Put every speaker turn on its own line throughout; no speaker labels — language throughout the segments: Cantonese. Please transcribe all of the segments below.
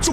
足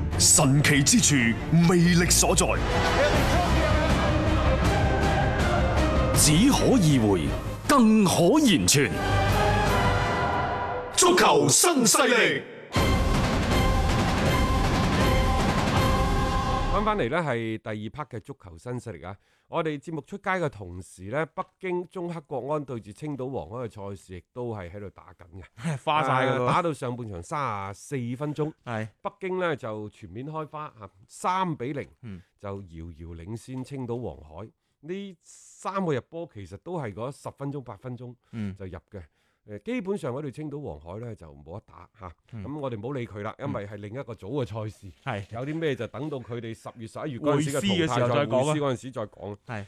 神奇之處，魅力所在。
只可意會，更可言傳。
足球新勢力，
翻翻嚟呢係第二 part 嘅足球新勢力啊！我哋節目出街嘅同時呢，北京中赫國安對住青島黃海嘅賽事亦都係喺度打緊嘅，
花晒㗎
啊
咯
打到上半場三十四分鐘，
係
北京呢就全面開花嚇，三比零
嗯
就遙遙領先青島黃海。呢三個入波其實都係嗰十分鐘八分鐘
嗯
就入嘅。誒基本上嗰隊青島黃海呢就冇得打嚇，咁、
嗯
我哋唔好理佢啦，因為係另一個組嘅賽事。
係
有啲咩就等到佢哋十月十一月嗰陣時
會
嘅
師嘅
淘
時
汰賽
候再講啊
會師嗰陣時再講。
係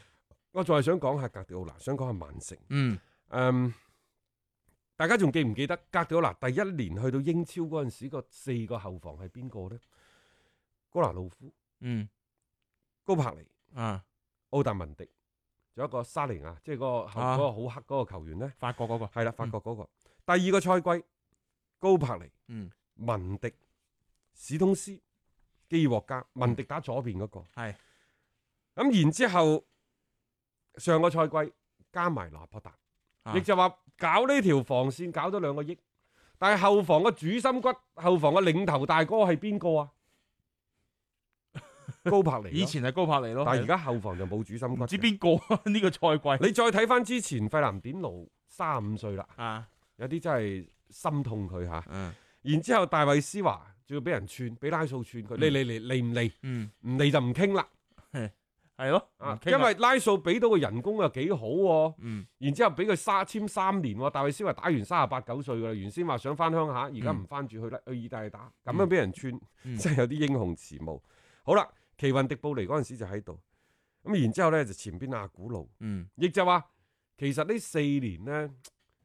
我仲係想講下格迪奧拿，想講下曼城。
嗯
嗯，大家仲記唔記得格迪奧拿第一年去到英超嗰陣時，個四個後防係邊個呢？高拿魯夫、
嗯
高柏尼、
啊，
奧達文迪，仲有一個沙尼亞，即係嗰個後嗰
啊
個好黑嗰個球員呢。
法國嗰個
係啦，法國嗰個。第二個賽季，高柏尼、
嗯
文迪、史通斯、基爾獲加，文迪打左邊嗰個。
嗯係
咁然之後，上個賽季加埋拿破達，
啊
亦就話搞呢條防線搞咗兩個億，但係後防嘅主心骨、後防嘅領頭大哥係邊 個啊？高柏尼咯。
以前係高柏尼咯，
但係而
家
家後防就冇主心骨
唔知
嘅。
邊個啊 呢個賽季
你再睇翻之前費南典奴三十五歲啦，
啊
有啲真係心痛佢嚇。
嗯
然之後大衛斯華仲要俾人串，俾拉素串佢，你嚟嚟嚟唔嚟？
嗯
唔嚟就唔傾啦。
係咯，
啊
唔，傾
因
啦
為拉素俾到個人工又幾好喎、
嗯
然之後俾佢沙簽三年喎，大衛斯華打完三十八九歲噶啦，原先話想翻鄉下，而家唔翻住去啦，去意大利打，咁樣俾人串，
嗯
真係有啲英雄遲暮。好啦，奇雲迪布尼嗰陣時就喺度，咁然之後咧就前邊阿古路，
嗯
亦就話其實呢四年呢，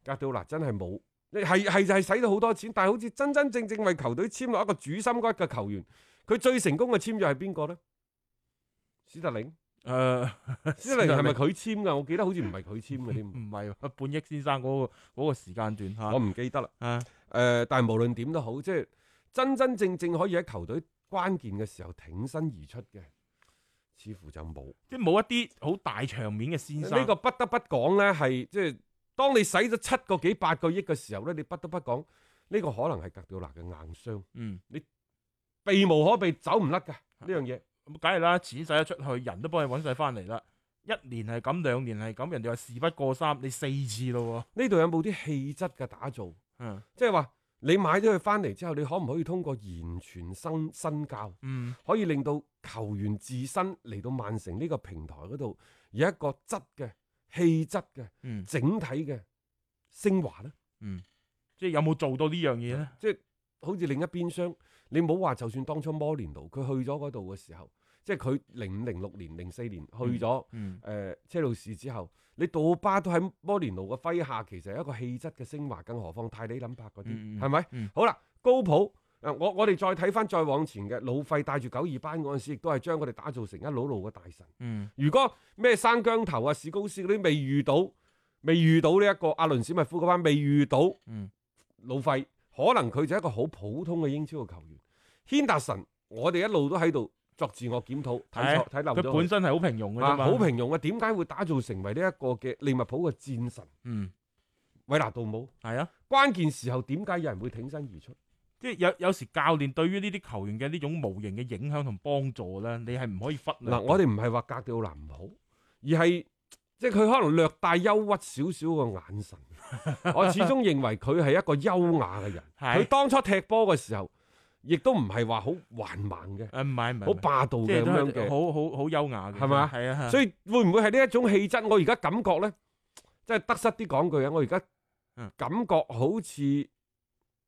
格迪奧拿真係冇，係係就係使咗好多錢，但係好似真真正正為球隊簽落一個主心骨嘅球員，佢最成功嘅簽約係邊個呢？史特 靈，
誒
史特靈係咪佢簽㗎？我記得好似唔係佢簽嘅添，
唔係喎半億先生嗰個嗰個時間段
我
嚇
唔記得啦。
啊
誒、但係無論點都好，即係真真正正可以喺球隊關鍵嘅時候挺身而出嘅，似乎就冇。
即係冇一啲好大場面嘅先生
呢個不得不講呢，係即係當你使咗七個幾八個億嘅時候呢，你不得不講呢、個可能係格調拿嘅硬傷，
嗯
避無可避，走唔甩
啊
㗎呢樣嘢。
咁梗係啦，錢使得出去，人都幫你揾晒翻嚟啦。一年係咁，兩年係咁，人哋話事不過三，你四次咯
呢度有冇啲氣質嘅打造？
喎。嗯
即係話你買咗佢翻嚟之後，你可唔可以通過言傳身身教？
嗯
可以令到球員自身嚟到曼城呢個平台嗰度有一個質嘅氣質嘅
嗯，
整體嘅升華咧，
即係有冇做到呢樣嘢咧？
即係好似另一邊廂，你唔好話就算當初摩連奴佢去咗嗰度嘅時候，即係佢零五零六年、零四年去咗誒、
嗯
呃車路士之後，你杜巴都喺摩連奴嘅麾下，其實係一個氣質嘅升華，更何況泰利林柏嗰啲
嗯嗯
係咪？
嗯
好啦，高普。嗱，我我哋再睇翻再往前嘅，老費帶住九二班嗰陣時，亦都係將佢哋打造成一老路嘅大神。
嗯
如果咩生姜頭啊、史高斯嗰啲未遇到，未遇到呢、一個阿倫史密夫嗰班未遇到
嗯
老費，可能佢就係一個好普通嘅英超嘅球員。軒達臣，我哋一路都喺度作自我檢討，睇錯睇漏
佢本
咗
身係好平庸嘅
佢
啫
啊，
嘛，嗯
好平庸啊！點解會打造成為呢一個嘅利物浦嘅戰神
嗯
韋拿杜姆？
係啊，
關鍵時候點解有人會挺身而出？
即係有有時教練對於呢啲球員嘅呢種無形嘅影響同幫助咧，你係唔可以忽略。
嗱，我哋唔係話格調男唔好，而係即係佢可能略帶憂鬱少少個眼 神。我始終認為佢係一個優雅嘅人。
係
佢當初踢波嘅時候，亦都唔係話好橫蠻嘅，
啊誒唔係唔係，
好霸道
即
嘅
係
咁
都
樣
係
嘅。
好好好優雅嘅，
係嘛
係啊，
所
以
以會唔會係呢一種氣質？我而家感覺呢，即係得失啲講句啊！我而家
嗯
呃感覺好似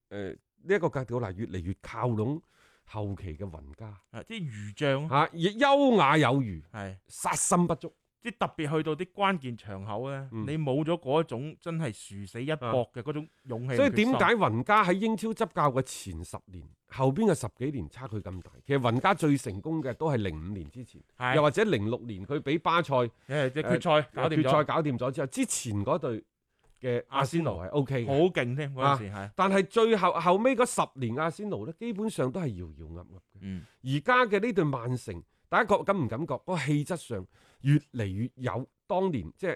誒呢一個格調男越嚟越靠攏後期嘅雲加
啊即係魚將咯，
嚇，亦優雅有餘，
係
殺心不足。
即係特別去到啲關鍵場口咧，
嗯
你冇咗嗰一種真係殊死一搏嘅嗰種勇氣。
啊所以點解？雲加喺英超執教嘅前十年，後邊嘅十幾年差距咁大？其實雲加最成功嘅都係零五年之前，
係
又或者零六年佢俾巴塞
誒，即係決賽搞掂
決賽
咗，
搞掂咗之後，之前嗰隊嘅阿仙奴係 O K
好
嘅，
勁添
啊
嗰陣時係。
但係最後後尾嗰十年阿仙奴呢，基本上都係搖搖噏噏嘅。
嗯，
而家嘅呢隊曼城，大家覺感唔感覺嗰、個氣質上越嚟越有當年即係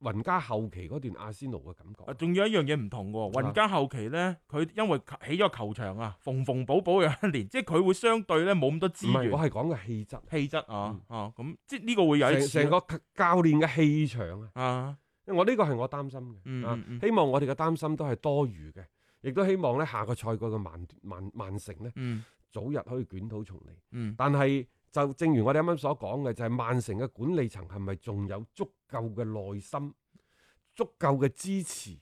雲加後期嗰段阿仙奴嘅感覺？
啊仲有一樣嘢唔同喎，
啊
雲加後期咧，佢因為起咗球場啊，縫縫補補有一年，即係佢會相對咧冇咁多
唔
資
係，我
源
係講嘅氣質，
氣質啊啊，咁即係呢個會有一
嗯成
次
成個教練嘅氣場啊！
啊，
我呢個係我擔心嘅，
嗯
啊
嗯嗯
希望我哋嘅擔心都係多餘嘅，亦都希望咧下個賽季嘅曼曼曼城咧
嗯
早日可以捲土重嚟。
嗯，
但係就正如我哋啱啱所講嘅，就係、曼城嘅管理層係咪仲有足夠嘅耐心、足夠嘅支持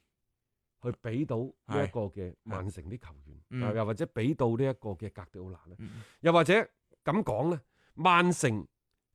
去俾到呢一個嘅曼城啲球員，
嗯
啊又或者俾到呢一個嘅格迪奧拿咧？
嗯
又或者咁講咧，曼城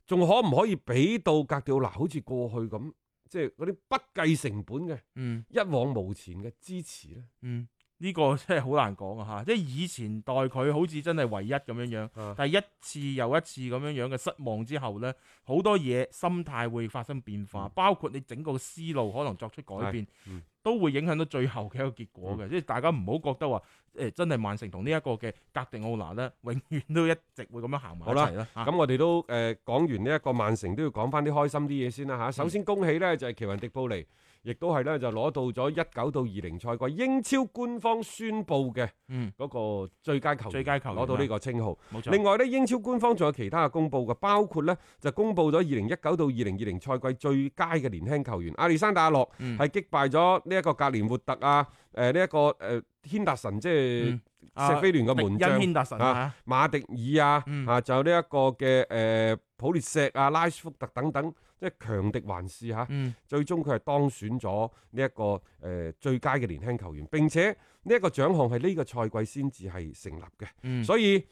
仲可唔可以俾到格迪奧拿好似過去咁，即係嗰啲不計成本嘅
嗯
一往無前嘅支持咧？
嗯，呢個真係好難講啊嚇，即係以前代佢好似真係唯一咁樣樣。
啊
但係一次又一次咁樣樣嘅失望之後呢，好多嘢心態會發生變化，包括你整個思路可能作出改變，
嗯
都會影響到最後嘅一個結果嘅。即係大家唔好覺得話誒、真係曼城同呢一個嘅格迪奧拿呢，永遠都一直會咁樣行埋一齊啦。啊嚇
咁我哋都誒講完呢一個曼城，都要講翻啲開心啲嘢先啦
嗯
嚇。首先恭喜呢，就係奇雲迪布尼，亦都係呢，就攞到咗一九到二零賽季英超官方宣布嘅
嗯，
嗰個最佳球員
最佳球員啊
攞到呢個稱號。
冇錯。
另外呢，英超官方仲有其他嘅公佈嘅，包括呢，就公佈咗二零一九到二零二零賽季最佳嘅年輕球員阿里山大阿洛，
嗯
係擊敗咗呢一個格連活特啊，誒呢一個誒軒達臣，即係
嗯啊
錫菲聯嘅
迪
門
恩
將。
軒達臣啊，
馬迪爾啊，
嗯
啊，仲有呢一個嘅誒、呃普列石啊、拉舒福特等等，即係強敵環視嚇。
嗯
最終佢係當選咗呢一個誒、呃最佳嘅年輕球員，並且呢一個獎項係呢個賽季先至係成立嘅，
嗯，
所以。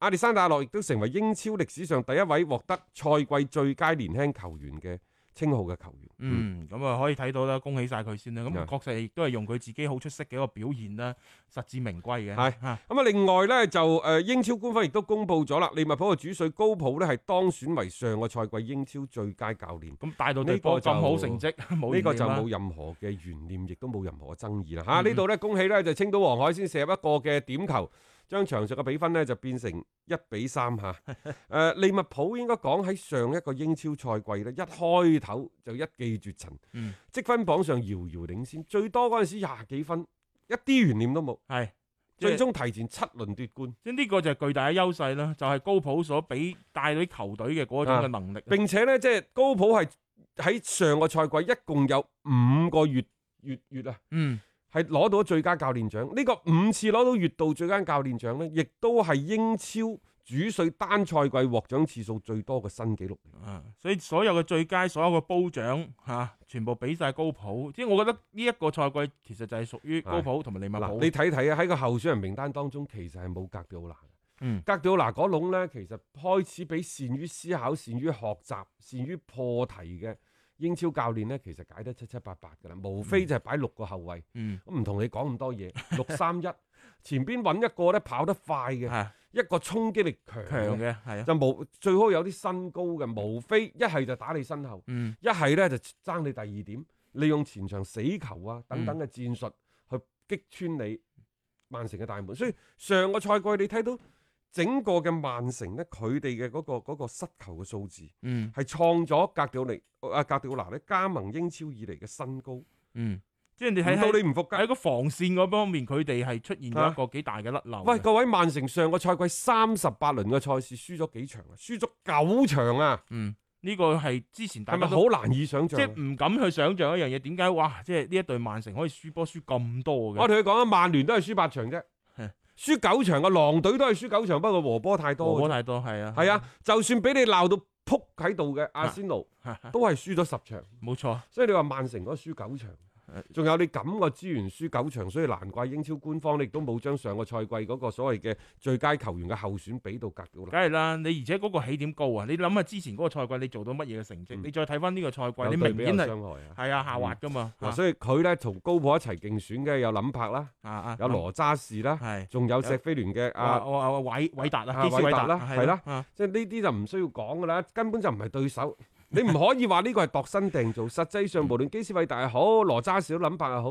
亞歷山大洛亦都成為英超歷史上第一位獲得賽季最佳年輕球員嘅稱號嘅球員。
嗯，咁啊可以睇到啦，恭喜晒佢先啦。咁
係
啊確實亦都係用佢自己好出色嘅一個表現啦，實至名歸嘅。
係
嚇
咁啊，另外呢，就誒、呃英超官方亦都公布咗啦，利物浦嘅主帥高普呢係當選為上個賽季英超最佳教練。
咁帶到
呢
隊
個
波
就
咁好成績， 冇
呢個就
懸念啦
冇任何嘅懸念，亦都冇任何嘅爭議啦嚇。
嗯
呢度呢，恭喜呢，就青島黃海先射入一個嘅點球，將場上嘅比分呢就變成一比三 嚇。誒、利物浦應該講喺上一個英超賽季呢，一開頭就一騎絕塵，
嗯
積分榜上遙遙領先，最多嗰陣時廿幾分，一啲懸念都冇，
係即
最
係
終提前七輪奪 冠。
即係呢個就係巨大嘅優勢啦，就係、高普所俾帶隊球隊嘅嗰種嘅能力。
啊並且呢，即係高普係喺上個賽季一共有五個月月月啊。
嗯，
係攞到最佳教練獎。呢、個五次攞到月度最佳教練獎呢，亦都係英超主帥單賽季獲獎次數最多嘅新紀錄。
啊，所以所有嘅最佳，所有嘅褒獎嚇、啊全部俾晒高普。即係我覺得呢一個賽季其實就係屬於高普同埋利物
嗱，
浦。
你睇睇啊，喺個候選人名單當中，其實係冇格迪奧拿嘅。
嗯
格迪奧拿嗰籠呢，其實開始俾善於思考、善於學習、善於破題嘅英超教練呢，其實解得七七八八㗎啦。無非就係擺六個後衞，
嗯
咁唔同你講咁多嘢。六三一前邊揾一個呢跑得快嘅，
係
一個衝擊力強
強嘅係啊，
就無最好有啲身高嘅，無非一係就打你身後，
嗯
一係咧就爭你第二點，利用前場死球啊等
嗯
等嘅戰術去擊穿你曼城嘅大門。所以上個賽季你睇到整個嘅曼城咧，佢哋嘅嗰個嗰個失球嘅數字
嗯
係創咗格調尼啊格調拿咧加盟英超以嚟嘅新高，唔
嗯，即係你睇
到
喺
你唔服㗎。
喺個防線嗰方面，佢哋係出現咗一個幾大嘅甩漏嘅。
啊喂，各位，曼城上個賽季三十八輪嘅賽事輸咗幾場啊？輸咗九場啊，
嗯，呢、個係之前大
係
家
咪
都
好難以想
即
像啊？
係唔敢去想象一樣嘢，點解哇？即係呢一隊曼城可以輸波輸咁多嘅？
我同佢講啊，曼聯都係輸八場啫，輸九場嘅啊狼隊都係輸九場，不過和波太
和
多
波
嘅啫。
太多係啊，
係啊，就算俾你鬧到撲喺度嘅阿仙奴，
啊，
都係輸咗十場。
冇錯，
所以你話曼城嗰個輸九場，
呃
仲有你咁嘅資源輸九場，所以難怪英超官方你亦都冇將上個賽季嗰個所謂嘅最佳球員嘅候選俾到格調
梗係啦，你而且嗰個起點高啊！你諗下之前嗰個賽季你做到乜嘢嘅成績？
嗯
你再睇翻呢個賽季，
有
你
對
明
比
顯
有
係
傷害啊！
係啊下滑噶嘛。
嗱，所以佢咧同高普一齊競選嘅有林柏啦，
啊啊，
有羅渣士啦，
係
仲有石飛聯嘅
啊
啊，
我我偉偉達
啊
啊，基斯
偉
偉
達
達
啦係啦
啊
即係呢啲就唔需要講噶啦，根本就唔係對手。你唔可以話呢個係度身訂造，實際上無論基斯偉大又好，羅渣士、林柏又好，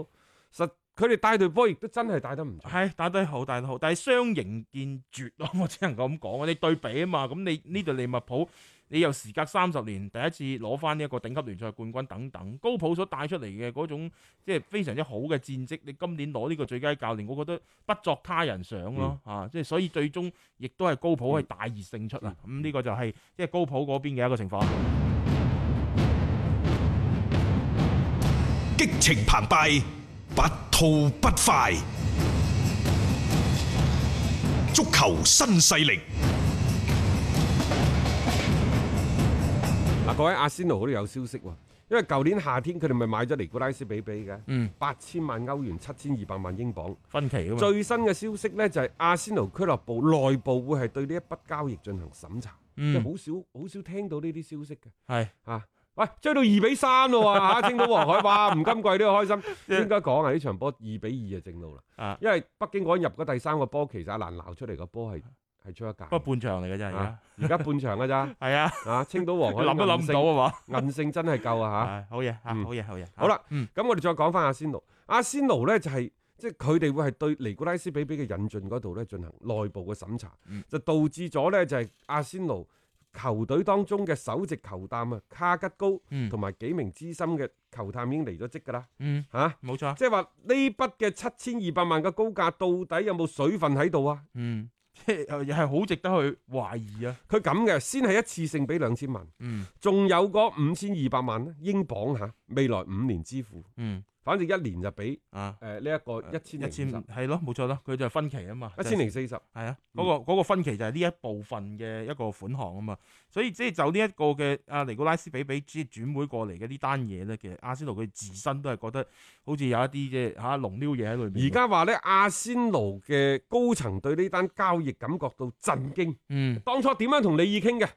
實佢哋帶隊波亦都真係帶得唔錯。
係打得好，打得好，但係雙形見絕咯， 我只能夠咁講。你對比啊嘛，咁你呢隊利物浦，你又時隔三十年第一次攞翻呢一個頂級聯賽冠軍等等，高普所帶出嚟嘅嗰種即係非常之好嘅戰績，你今年攞呢個最佳教練，我覺得不作他人想咯，
嗯
啊，即係所以最終亦都係高普係大熱勝出啊。咁呢、
嗯
個就係即係高普嗰邊嘅一個情況。
激情澎湃，不吐不快。足球新勢力，
嗱，各位阿仙奴嗰度有消息喎，因為舊年夏天佢哋咪買咗尼古拉斯比比嘅，
嗯，
八千萬歐元、七千二百萬英鎊。
分歧啊嘛。
最新嘅消息呢，就係阿仙奴俱樂部內部會係對呢一筆交易進行審查，即係
嗯，
好少好少聽到呢啲消息嘅
係
嚇。啊喂，追到二比三 咯喎嚇！青島黃海，哇，吳金貴都好開心。應該講啊，呢場波二比二就正路啦。
啊，
因為北京嗰入嗰第三個波，其實阿蘭鬧出嚟個波係係出一
不過
格，
半場嚟嘅啫，而家
啊而家半場㗎咋
係啊，
啊！青島黃海
諗都諗唔到啊嘛。
到，韌性真係夠啊嚇！
啊，好嘢，啊，
嗯
好嘢，好嘢。
好啦
嗯，
咁我哋再講翻阿仙奴，阿仙奴呢就係、即係佢哋會係對尼古拉斯比比嘅引進嗰度呢進行內部嘅審查，
嗯
就導致咗呢就係、阿仙奴球隊當中嘅首席球探啊卡吉高
嗯
同埋幾名資深嘅球探已經離咗職㗎啦
嗯，
嚇。
冇錯，
即係話呢筆嘅七千二百萬嘅高價，到底有冇水分喺度啊？
嗯，即係又係好值得去懷疑啊。
佢咁嘅，先係一次性俾兩千萬，
嗯
仲有嗰五千二百萬咧英鎊嚇，未來五年支付，
嗯
反正一年就俾
啊，
誒呢一個一千
一
零
千係咯，冇錯啦，佢就係分期啊嘛，
一千零四十。
係啊，
嗯
嗰、個嗰個分期就係呢一部分嘅一個款項啊嘛，所以即係就呢一個嘅阿尼古拉斯比比即係轉會過嚟嘅呢單嘢咧，其實阿仙奴佢自身都係覺得好似有一啲嘅嚇龍溜嘢喺裏面。
而家話咧，阿仙奴嘅高層對呢單交易感覺到震驚，
嗯
當初點樣同李義傾嘅？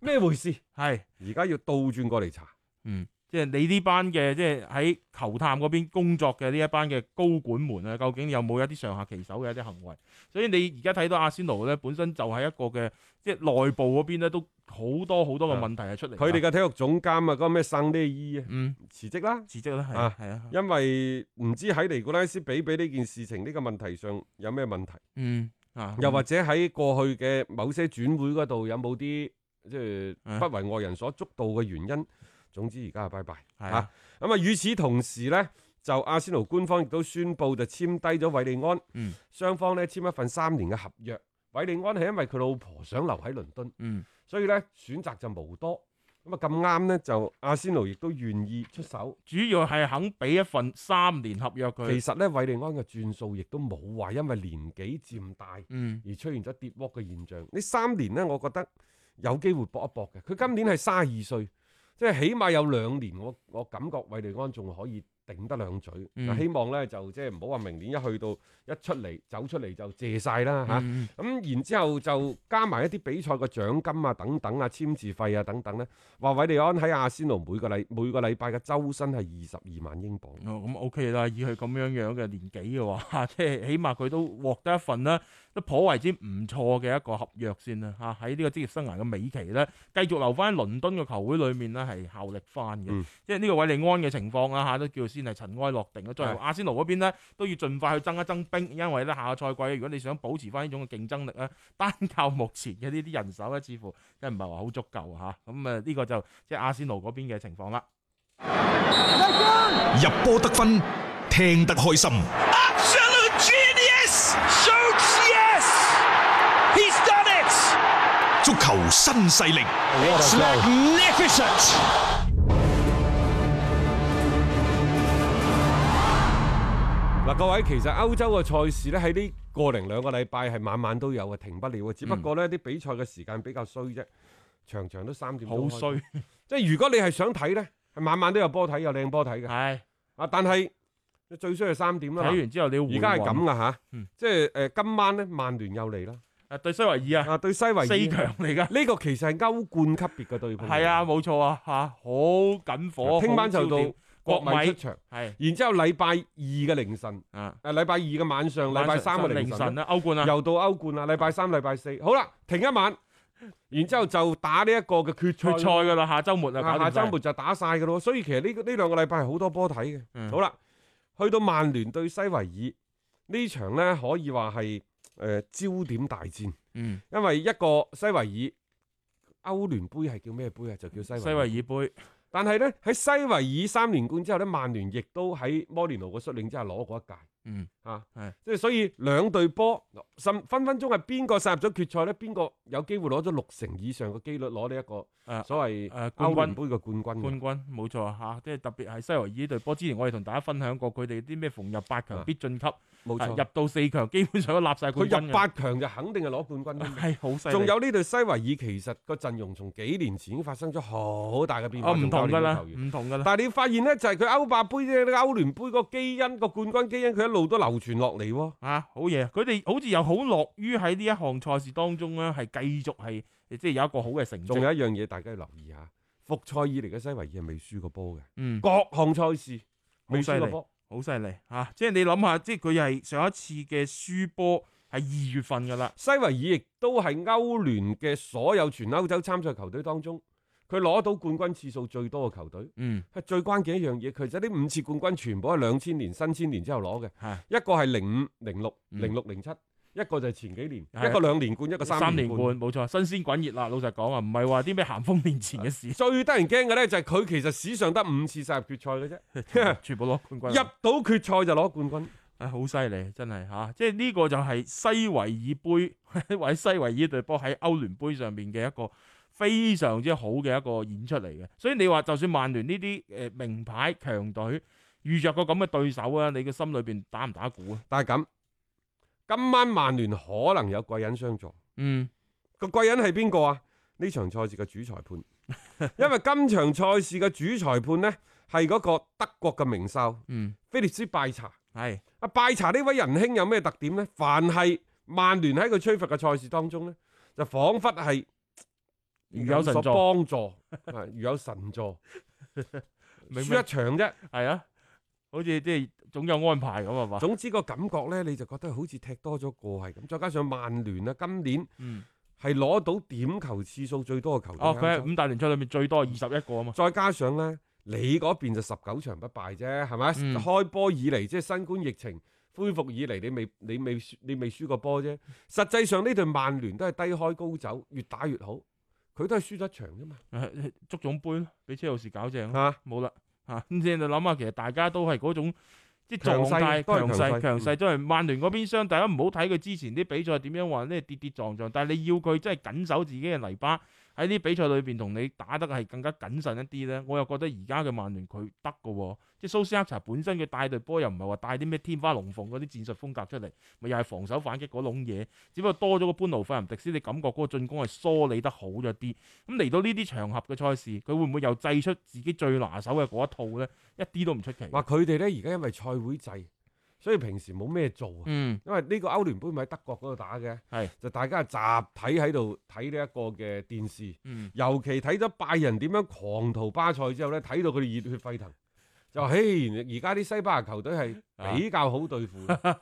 咩回事？
係。
而家要倒轉過嚟查。
嗯，即係你呢班嘅，即係喺球探嗰邊工作嘅呢一班嘅高管們啊，究竟有冇一啲上下其手嘅一啲行為？所以你而家睇到阿仙奴咧，本身就係一個嘅，即係內部嗰邊咧都好多好多嘅問題係出嚟。
啊佢哋嘅體育總監啊，嗰個咩生呢伊啊，
嗯
辭職啦，
辭職啦，係
啊
啊係啊，
因為唔知喺尼古拉斯比比呢件事情呢個問題上有咩問題，
嗯啊，
又或者喺過去嘅某些轉會嗰度有冇啲即係
啊
不為外人所捉到嘅原因。總之而家係拜拜
係
啊
啊，
咁啊，與此同時呢，就阿仙奴官方亦都宣布就簽低咗韋利安，
嗯
雙方呢簽一份三年嘅合約。韋利安係因為佢老婆想留喺倫敦，
嗯
所以呢選擇就無多。咁啊咁啱呢，就阿仙奴亦都願意出手。
主要係肯俾一份三年合約
其
佢。
實呢，韋利安嘅轉數亦都冇話因為年紀漸大
嗯
而出現咗跌窩嘅現象。呢三年呢，我覺得有機會搏一搏嘅。佢今年係三十二歲，即係起碼有兩年，我我感覺韋利安仲可以頂得兩嘴。
嗯
嗱希望呢，就即係唔好話明年一去到一出嚟走出嚟就謝晒啦嚇。
嗯
咁、然之後就加埋一啲比賽嘅獎金啊、等等啊、簽字費啊等等呢。話韋利安喺阿仙奴每個禮每個禮拜嘅周薪係二十二萬英鎊。
哦，咁 OK 啦，以佢咁樣樣嘅年紀嘅話， 即係起碼佢都獲得一份啦，都頗為之唔錯嘅一個合約先啦嚇。喺呢個職業生涯嘅尾期咧，繼續留翻喺倫敦嘅球會裏面咧係效力翻嘅，
嗯
即係呢個韋利安嘅情況啦嚇，都叫先係塵埃落定啦。作為
係
阿仙奴嗰邊咧，都要盡快去增一增兵，因為咧下個賽季如果你想保持翻呢種嘅競爭力咧， 單靠目前嘅呢啲人手咧，似乎真係唔係話好足夠嚇。咁啊呢個就即係阿仙奴嗰邊嘅情況啦。
入波得分，聽得開心。
Absolute genius! Shoots yes! He's done it!
足球新勢力，
It's magnificent!
嗱，各位，其實歐洲嘅賽事咧喺呢個零兩個禮拜係晚晚都有嘅，停不了嘅。只不過
嗯
呢啲比賽嘅時間比較衰啫，場場都三點。
好！衰，
即係如果你係想睇呢，係晚晚都有波睇，有靚波睇嘅。
係
啊，但係最衰係三點啦。
睇完之後你要
而家係咁噶吓
嗯，
即係诶今晚咧，曼聯又嚟啦，
啊對西維爾啊，
啊對西維爾
四強嚟 噶，
呢個其實係歐冠級別嘅對碰。
係啊，冇錯啊，吓好緊火，
啊聽晚
好焦
就到
點
國米出
國米
場，
係
然之後禮拜二嘅凌晨，
啊，
誒禮拜二嘅晚上，禮拜三嘅凌晨呢，
啦，歐冠啊，
又到歐冠啦，禮拜三、禮拜四，好啦，停一晚，然之後就打呢一個嘅決賽
決賽噶啦，下週末啊，
啊
搞
下
掂晒
週末就打晒嘅咯，所以其實呢個呢兩個禮拜係好多波睇嘅。
嗯
好啦，去到曼聯對西維爾呢場呢，可以話係呃誒焦點大戰，
嗯，
因為一個西維爾歐聯杯係叫咩杯啊？就叫西維
西維
爾。
爾杯
但係呢，喺西維爾三連冠之後呢，曼聯亦都喺摩連奴嘅率領之下攞過一屆。
嗯，
啊
係，
即係所以兩隊波，甚分分鐘係邊個殺入咗決賽呢？邊個有機會攞咗六成以上嘅機率攞呢一個
啊
所謂
誒
歐聯
冠軍。
杯嘅冠軍嘅。
冠軍冇錯嚇，啊即係特別係西維爾呢隊波。之前我哋同大家分享過，佢哋啲咩逢入八
啊
強必晉級，
冇
啊
錯
入。到四強基本上都立晒冠
佢
軍
入
嘅
八強就肯定係攞冠軍添。
係好犀利。
仲有呢隊西維爾，其實個陣容從幾年前已經發生咗好大嘅變化，
哦，唔
從教
同
練
㗎
到
啦，
球員
唔同㗎啦。
但係你發現呢，就係佢歐霸杯呢個歐聯杯個基因個冠軍基因，佢一路都流傳落嚟喎。
啊，好嘢！佢哋好似又好樂於喺呢一項賽事當中咧，係繼續係即係有一個好嘅成
仲
績。
有一樣嘢大家要留意下，復賽以嚟嘅西維爾係未輸過波嘅，
嗯，
各項賽事未輸
好犀
過
利
波。
好犀利嚇！即係你諗下，即係佢係上一次嘅輸波係二月份㗎啦。
西維爾亦都係歐聯嘅所有全歐洲參賽球隊當中，佢攞到冠軍次數最多嘅球隊。啊
嗯，
最關鍵一樣嘢，其實呢五次冠軍全部係兩千年、新千年之後攞嘅，
係
一個係零五、零六、
嗯
零六、零七，一個就係前幾年，
係
一個兩連冠，一個嗯三
三
連
連
冠。
冠冇錯，新鮮滾熱啦！老實講啊，唔係話啲咩鹹豐年前 嘅事，
最得人驚嘅呢，就係佢其實史上得五次殺入決賽嘅啫，
全部攞冠軍。
入到決賽就攞冠軍。
啊，好犀利，真係吓、即係呢個就係西維爾杯 或者西維爾隊波喺歐聯杯上面嘅一個非常之好嘅一個演出嚟嘅。所以你話就算曼聯呢啲诶名牌強隊遇着個咁嘅對手啊，你嘅心裏边打唔打鼓啊？
但係咁，今晚曼聯可能有貴人相助。
嗯，
個貴人係邊個啊？呢場賽事嘅主裁 判，因為今場賽事嘅主裁判呢，係嗰個德國嘅名哨
嗯，
菲利斯拜查。
係
阿拜查呢位仁兄有咩特點呢？凡係曼聯喺佢吹罰嘅賽事當中呢，就彷彿係
如有神
所
助，
幫 助，啊如有神助，
明
輸一場啫。
係啊，好似即係總有安排咁啊嘛。
總之個感覺呢，你就覺得好似踢多咗個係咁。再加上曼聯啊，今年
嗯，
係攞到點球次數最多嘅球隊
哦，
喺歐
佢係
洲，
五大聯賽裏面最多二十一個啊嘛。
再加上呢，你嗰邊就十九場不敗啫，係咪？
嗯
開波以嚟，即係新冠疫情。恢復以嚟，你未你未輸你未輸過波啫。實際上呢隊曼聯都係低開高走，越打越好。佢都係輸咗一場啫嘛，
誒呃足總杯咯，俾車路士搞正咯
嚇、
冇啦嚇。咁、即係你諗下，其實大家都係嗰種即係
強
狀
勢啊
態
都係
強
強勢嗯
勢強勢，都係曼聯嗰邊傷。大家唔好睇佢之前啲比賽點樣話咧跌跌撞撞，但係你要佢真係緊守自己嘅泥巴。喺啲比賽裏邊同你打得係更加謹慎一啲咧，我又覺得而家嘅曼聯佢得嘅喎，即係蘇斯克查本身佢帶隊波又唔係話帶啲咩天花龍鳳嗰啲戰術風格出嚟，咪又係防守反擊嗰種嘢，只不過多咗個班奴費林迪斯，你感覺嗰個進攻係梳理得好咗啲。咁嚟到呢啲場合嘅賽事，佢會唔會又製出自己最拿手嘅嗰一套呢？一啲都唔出奇。
話佢哋呢而家因為賽會制，所以平時冇咩做啊。
嗯，
因為呢個歐聯杯咪喺德國嗰度打嘅，
係
就大家集體喺度睇呢一個嘅電視，
嗯，
尤其睇咗拜仁點樣狂屠巴塞之後呢，睇到佢哋熱血沸騰，就話嘿，而家啲西班牙球隊係比較好對付嘅，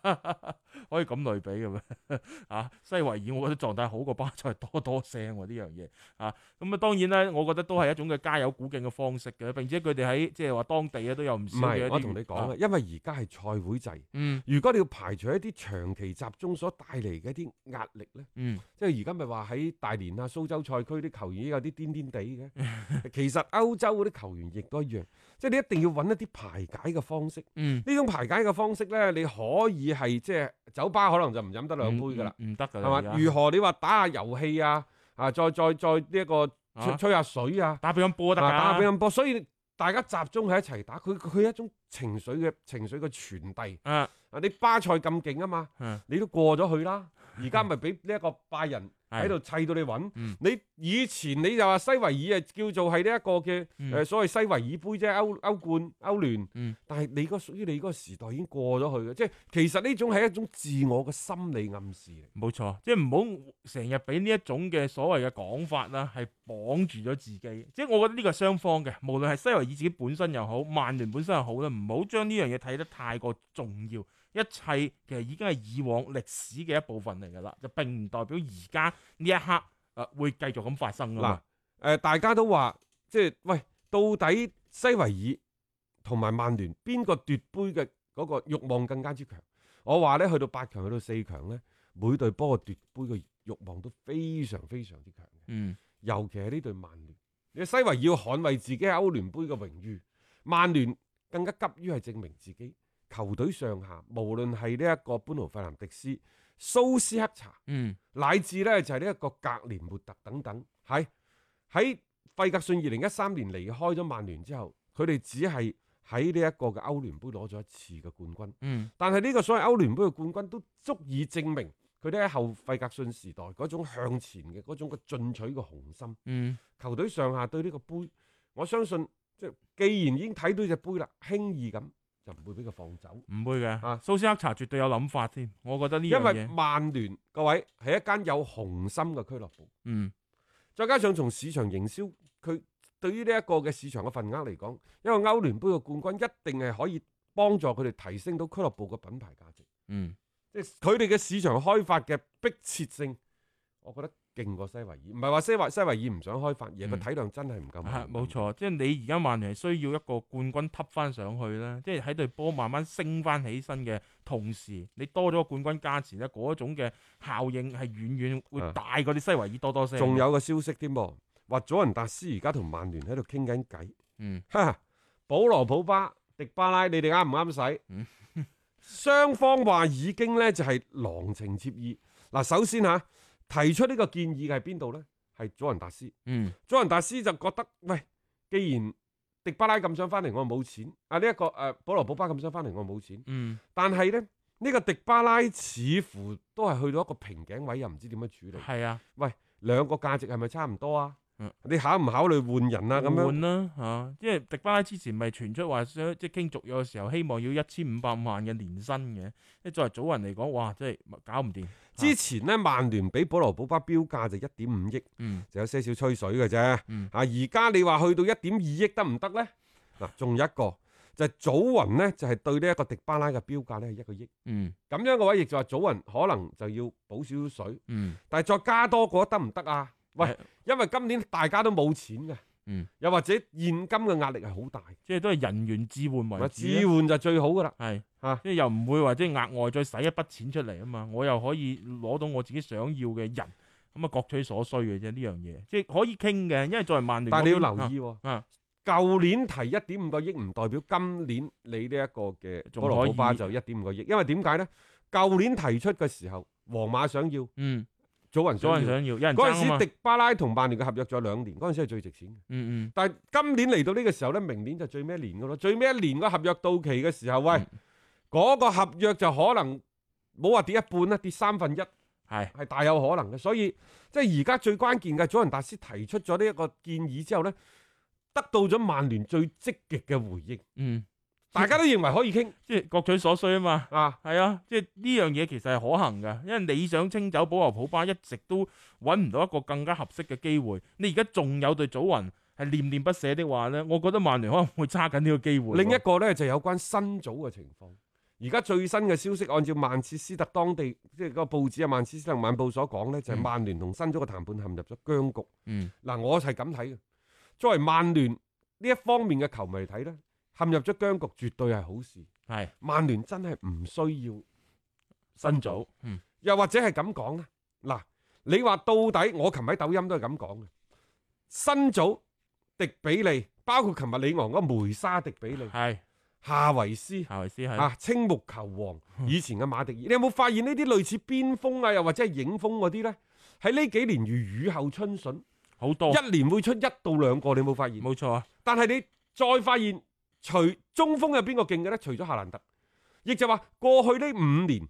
可以咁類比嘅咩？啊，西維爾我覺得狀態好過巴塞多多聲喎呢樣嘢啊。咁啊，當然啦，我覺得都係一種嘅加油鼓勁嘅方式嘅，並且佢哋喺即係話當地咧都有唔
唔
少嘅一
係，
啲
我同你
原
講
啊
啊，因為而家係賽會制，
嗯
如果你要排除一啲長期集中所帶嚟嘅一啲壓力呢。
嗯，
即係而家咪話喺大連啊、蘇州賽區啲球員有啲癲癲地嘅，其實歐洲嗰啲球員亦都一樣，即係你一定要揾一啲排解嘅方式。
嗯，
呢種排解嘅方式呢，你可以係即係酒吧可能就唔飲得兩杯㗎啦，
唔，唔嗯唔得㗎啦，
係
而
嘛？
家
如何你話打下遊戲啊，啊再再再呢一個吹
啊
吹下水啊，
打乒乓
啊
波得㗎，
打下乒乓波，所以大家集中喺一齊打，佢佢係一種情緒嘅情緒嘅傳遞。
啊，
啊，你巴塞咁勁啊嘛
嗯，
你都過咗去啦，而家咪俾呢一個拜仁喺度砌到你揾。
嗯
你以前你就話西維爾啊，叫做係呢一個嘅誒、
嗯
呃所謂西維爾杯啫，歐歐冠、歐聯。
嗯
但係你嗰屬於你嗰個時代已經過咗去嘅，即係其實呢種係一種自我嘅心理暗示嚟。
冇錯，即係唔好成日俾呢一種嘅所謂嘅講法啦，係綁住咗自己。即係我覺得呢個係雙方嘅，無論係西維爾自己本身又好，曼聯本身又好啦，唔好將呢樣嘢睇得太過重要。一切其實已經係以往歷史嘅一部分嚟㗎啦，就並唔代表而家呢一刻誒、呃、會繼續咁發生㗎
嗱
嘛。，
誒呃大家都話，即係喂，到底西維爾同埋曼聯邊個奪杯嘅嗰個慾望更加之強？我話咧，去到八強，去到四強咧，每隊波奪杯嘅慾望都非常非常之強嘅。
嗯，
尤其係呢隊曼聯，你西維爾要捍衞自己喺歐聯杯嘅榮譽，曼聯更加急於係證明自己。球隊上下，無論係呢一個班奴費南迪斯、蘇斯克查。
嗯，
乃至咧就係呢一個格連活特等等，喺喺費格遜二零一三年離開咗曼聯之後，佢哋只係喺呢一個嘅歐聯杯攞咗一次嘅冠軍，
嗯，
但係呢個所謂歐聯杯嘅冠軍都足以證明佢哋喺後費格遜時代嗰種向前嘅嗰種嘅進取嘅雄心，
嗯，
球隊上下對呢個杯，我相信即係既然已經睇到隻杯啦，輕易咁就唔會俾佢放走。
嗯唔會嘅。
啊
蘇斯克查絕對有諗法添，我覺得呢
因
樣
為
嘢，
曼聯各位係一間有雄心嘅俱樂部，
嗯，
再加上從市場營銷，佢對於呢一個嘅市場嘅份額嚟講，因為歐聯杯嘅冠軍一定係可以幫助佢哋提升到俱樂部嘅品牌價值，
嗯，
即係佢哋嘅市場開發嘅迫切性，我覺得勁過西維爾。唔係話西維西維爾唔想開發，而係個
嗯
體量真係唔夠
啊
曼聯。
冇錯，即係你而家曼聯係需要一個冠軍揷翻上去啦，即係喺隊波慢慢升翻起身嘅同時，你多咗個冠軍加持咧，嗰種嘅效應係遠遠會
啊
大過你西維爾多多聲。
仲，有個消息添噃，話佐仁達斯而家同曼聯喺度傾緊偈。
嗯，
哈，保羅普巴、迪巴拉，你哋啱唔啱使
嗯？
雙方話已經呢就係郎情妾意。嗱，首先吓提出呢個建議嘅係邊度呢？係佐仁達斯。
嗯，
佐仁達斯就覺得，喂，既然迪巴拉咁想翻嚟，我冇錢。啊，呢、一個誒、呃保羅普巴咁想翻嚟，我冇錢。
嗯，
但係呢，呢、個迪巴拉似乎都係去到一個瓶頸位，又唔知點樣處理。
係啊，
兩個價值係咪差唔多啊
嗯？
你考唔考慮換人啊？咁樣
換啦嚇，即係迪巴拉之前咪傳出話想即係傾續約嘅時候，希望要一千五百萬嘅年薪嘅，即係作為祖雲嚟講，哇，真係搞唔掂。
之前咧，曼聯俾保羅保巴標價就一點五億，
嗯
就有些少吹水嘅啫。啊，
嗯
而家你話去到一點二億得唔得呢？嗱，仲有一個就係祖雲呢，就係對呢一個迪巴拉嘅標價呢係一個億。
嗯
咁樣嘅話，亦就話祖雲可能就要補少少水，
嗯，
但係再加多個得唔得啊？喂
係，
因為今年大家都冇錢嘅，
嗯
又或者現金嘅壓力係好大，
即係都係人員置換為主啊啦
置換就最好噶啦。
係
啊
即係又唔會話即係額外再使一筆錢出嚟啊嘛，我又可以攞到我自己想要嘅人，咁啊各取所需嘅啫呢樣嘢，即係可以傾嘅，因為作為曼聯
但
嗰邊，
係你要
啊
留意喎、
啊
舊年提一點五個億，唔代表今年你呢一個嘅
仲
保羅普巴
可以
就一點五個億，因為點解呢？舊年提出嘅時候，皇馬想要，
嗯，
祖雲
所有
想
人
要，
想要，有人
嗰
爭啊
陣
嘛
時，迪巴拉同曼聯嘅合約仲有兩年，嗰陣時係最值錢嘅。
嗯嗯，
但係今年嚟到呢個時候呢，明年就最尾一年噶咯，最尾一年個合約到期嘅時候，喂，
嗯
嗰、個合約就可能冇話跌一半啦，跌三分一。
係
係大有可能嘅。所以即係而家最關鍵嘅，祖雲達斯提出咗呢一個建議之後呢，得到咗曼聯最積極嘅回應，
嗯，
大家都認為可以傾
即係各取所需啊嘛。
啊。
係啊，即係呢樣嘢其實係可行嘅，因為你想清走保羅普巴，一直都揾唔到一個更加合適嘅機會。你而家仲有對祖雲係念念不捨的話呢，我覺得曼聯可能會揸緊呢個機會喎。
另一個呢，就有關新組嘅情況。而家最新嘅消息，按照曼徹斯特當地即係個報紙啊，曼徹斯特晚報所講呢，就係
嗯
曼聯同新組嘅談判陷入咗僵局。
嗯
嗱，我係咁睇嘅。作為曼聯呢一方面嘅球迷嚟睇呢，陷入咗僵局絕對係好事。
係
曼聯真係唔需要
新
新組
組，。嗯
又或者係咁講咧，嗱，你話到底我琴日喺抖音都係咁講嘅，新組迪比利，包括琴日里昂嗰個梅沙迪比利、
係。
夏維斯
夏維斯係，嗯
啊，青木球王，以前嘅馬迪爾，你有冇發現呢啲類似邊鋒啊，又或者係影鋒嗰啲呢？喺呢幾年如雨後春筍，
好多，
一年會出一到兩個，你有冇發現？
冇錯啊，
但係你再發現，除中鋒有邊個勁嘅呢？除咗夏蘭特，亦就話過去呢五年，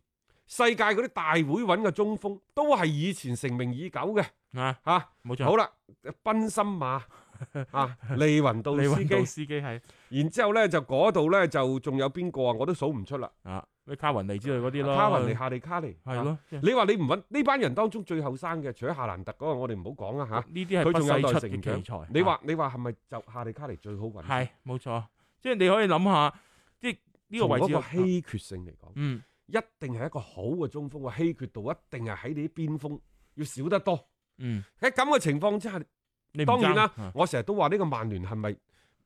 世界嗰啲大會揾嘅中鋒都係以前成名已久嘅
啊，
嚇。
冇錯。
好啦，賓森 馬啊，利雲道
利
斯
雲道
基，
司機係
然之後咧就嗰度咧就仲有邊個啊？我都數唔出啦。
啊，咩卡雲尼之類嗰啲咯，
卡雲尼、夏利卡尼，
係
啊。
咯，即係
你話你唔揾呢班人當中最後生嘅，除咗夏蘭特嗰個，我哋唔好講啦嚇。
呢啲係
啊佢
不
仲有
世出
待
嘅
成長
奇才。
你話你話係咪就夏利卡尼最好揾？
係冇錯，即係你可以諗下，即係呢個
從
位
嗰
置啊
個
有
稀缺性嚟講，
嗯
一定係一個好嘅中鋒，個稀缺度一定係喺你啲邊鋒要少得多。
嗯，
喺咁嘅情況之下，
你唔
當然
爭
啦
啊，
我成日都話呢個曼聯係咪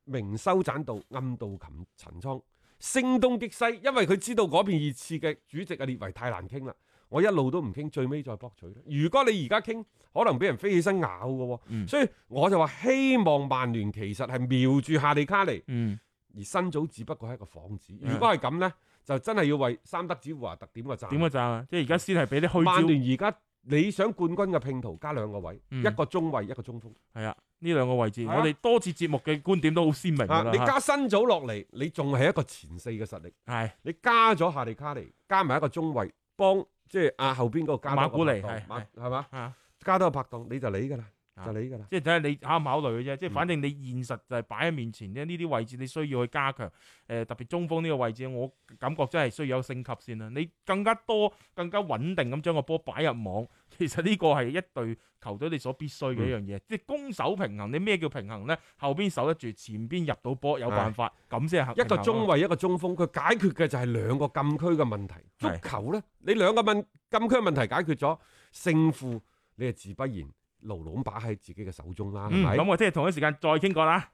明修棧道，暗度陳陳倉，聲東擊西？因為佢知道嗰邊熱刺嘅主席啊列維太難傾啦，我一路都唔傾，最尾再博取啦。如果你而家傾，可能俾人飛起身咬嘅喎。
嗯
所以我就話希望曼聯其實係瞄住夏利卡尼，
嗯
而新組只不過係一個幌子。
嗯
如果係咁呢，就真係要為三德子華特點個
點
讚。
個讚啊！即係而家先係俾啲虛
曼
招，
聯而家理想冠軍嘅拼圖加兩個位，
嗯
一個中衞，一個中鋒。
係啊，呢兩個位置，
係啊
我哋多次節目嘅觀點都好鮮明㗎
啊！
啦。
你加新組落嚟，你仲係一個前四嘅實力。
係
你加咗夏利卡尼，加埋一個中衞，幫即係啊後邊嗰個加多
馬古尼
個拍檔
係
馬係嘛？
啊，
加多個拍檔，你就你㗎啦，
啊
就你㗎啦。
即係睇下你考唔考慮嘅啫。即
嗯
係反正你現實就係擺喺面前啫，呢啲位置你需要去加強。誒、特別中鋒呢個位置，我感覺真係需要有升級先啦。你更加多、更加穩定咁將個波擺入網，其實呢個係一隊球隊你所必須
嗯
嘅一樣嘢。即係攻守平衡，你咩叫平衡呢？後邊守得住，前邊入到波有辦法，咁先係
一個中衞
衞。
一個中鋒，佢解決嘅就係兩個禁區嘅問題。足
係
球呢，你兩個問禁區嘅問題解決咗，勝負你係自不然牢牢咁把喺自己嘅手中啦，係
嗯，
咪？
咁我聽日同一時間再傾過啦。